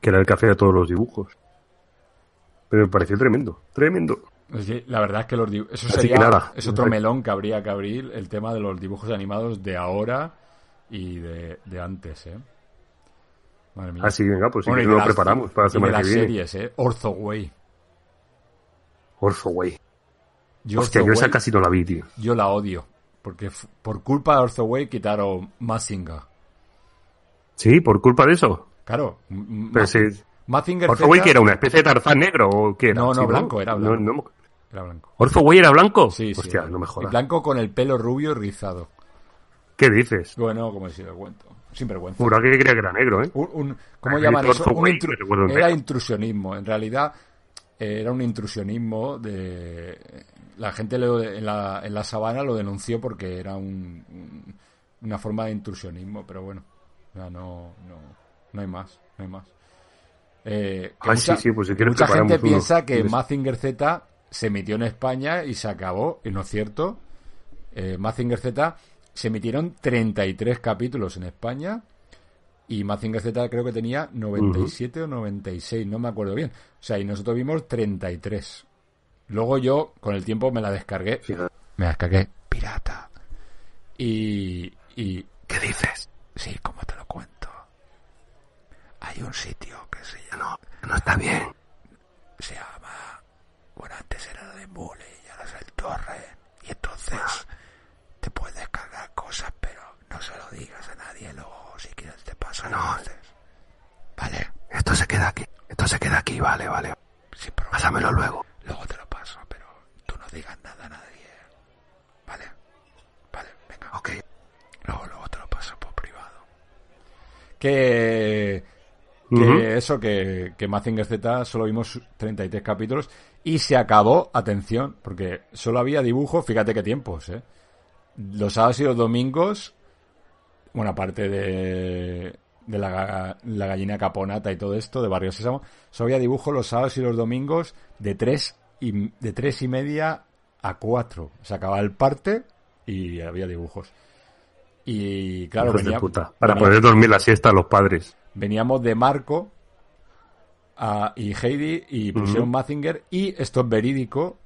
Que era el que hacía todos los dibujos. Pero me pareció tremendo, tremendo. Es que Pues La verdad es que los dibu- eso Así sería que nada. es otro melón que habría que abrir el tema de los dibujos animados de ahora y de, de antes, ¿eh? Madre mía. Así, venga, pues sí Bueno, que y de lo las- preparamos para y la de semana las que viene. series, ¿eh? Orzo Way. Orzo, güey. Yo, Hostia, Ortho yo esa Way, casi no la vi, tío. yo la odio. Porque f- por culpa de Orzo Way quitaron Mazinger. Sí, por culpa de eso. Claro. m- Pero Ma- sí. Mazinger Orzo, Z- güey, que era una especie de tarzán negro o qué era. No, no, Sí, blanco, era No, blanco. no me- era blanco. Orzo, güey, era blanco. Sí, sí, Hostia, era no me blanco. jodas. Blanco con el pelo rubio y rizado. ¿Qué dices? Bueno, como si lo cuento. Sin vergüenza. Juraba que creía que era negro, ¿eh? Un- un- ¿Cómo Ah, llaman el eso? Ortho Un Way, intru- me recuerdo un era negro. intrusionismo. En realidad eh, era un intrusionismo de... La gente lo- en, la, en la sabana lo denunció porque era un- un- una forma de intrusionismo, pero bueno, ya no, no, no hay más, no hay más. Eh, que Ah, sí, sí, pues si quieres mucha preparamos gente uno. piensa que ¿Tienes? Mazinger Z se emitió en España y se acabó, y no es cierto. Eh, Mazinger Z se emitieron 33 capítulos en España y Mazinger Z creo que tenía 97 o 96, no me acuerdo bien. O sea, y nosotros vimos 33. Luego yo, con el tiempo, me la descargué. Me la descargué pirata. Y, y... ¿Qué dices? Sí, como te lo cuento. Hay un sitio que se llama... No está bien. se llama. Bueno, antes era de Mule y ahora es el Torre. Y entonces Ah. te puedes descargar cosas, pero no se lo digas a nadie. Luego, si quieres, te pasa no. Vale, Esto se queda aquí. Esto se queda aquí, vale, vale. sin problema. Pásamelo luego. Luego te lo paso, pero tú no digas nada a nadie. Vale, vale, venga. Ok. Luego, luego te lo paso por privado. Que. Que Ujú. eso, que, que Mazinger Z solo vimos 33 capítulos y se acabó, atención, porque solo había dibujos, fíjate qué tiempos, ¿eh? Los sábados y los domingos, bueno, aparte de, de la, ga- la gallina caponata y todo esto, de Barrio Sésamo, solo había dibujos los sábados y los domingos de 3 y, de tres y media a 4. Se acababa el parte y había dibujos. Y claro, Hijos de venía- puta. pues, Para venía- poder dormir la siesta a los padres. veníamos de Marco a- y Heidi y pusieron Mazinger y esto es verídico.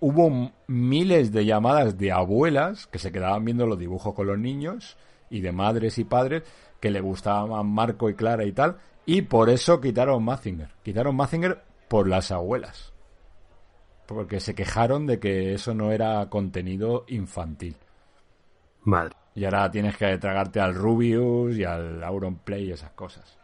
Hubo m- miles de llamadas de abuelas que se quedaban viendo los dibujos con los niños y de madres y padres que le gustaban Marco y Clara y tal y por eso quitaron Mazinger. Quitaron Mazinger por las abuelas. Porque se quejaron de que eso no era contenido infantil. Madre. Y ahora tienes que tragarte al Rubius y al Auronplay y esas cosas.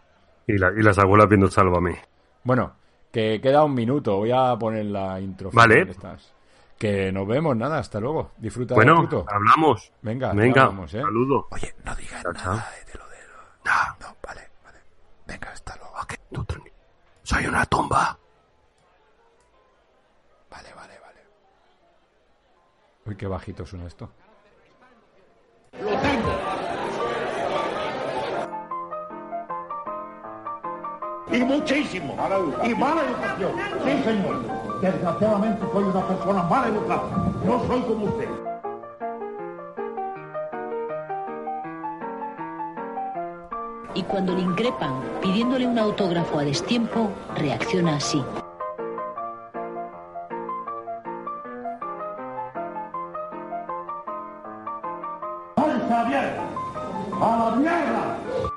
Y, la- y las abuelas viendo Sálvame. Bueno, que queda un minuto. Voy a poner la intro. final Vale. de estas. Que nos vemos, nada, hasta luego. Disfruta del Bueno, fruto. hablamos. Venga, ya Venga, hablamos, ¿eh? saludo. Oye, no digas Chao, chao. nada de lo de lo- No, vale, vale. Venga, hasta luego. Ok, tú tranqui- Soy una tumba. Vale, vale, vale. Uy, qué bajito suena esto. Y muchísimo. y mala educación. Sí, señor. Desgraciadamente soy una persona mal educada. No soy como usted. Cuando le increpan pidiéndole un autógrafo a destiempo, reacciona así. ¡Bolsa abierta! ¡A la mierda!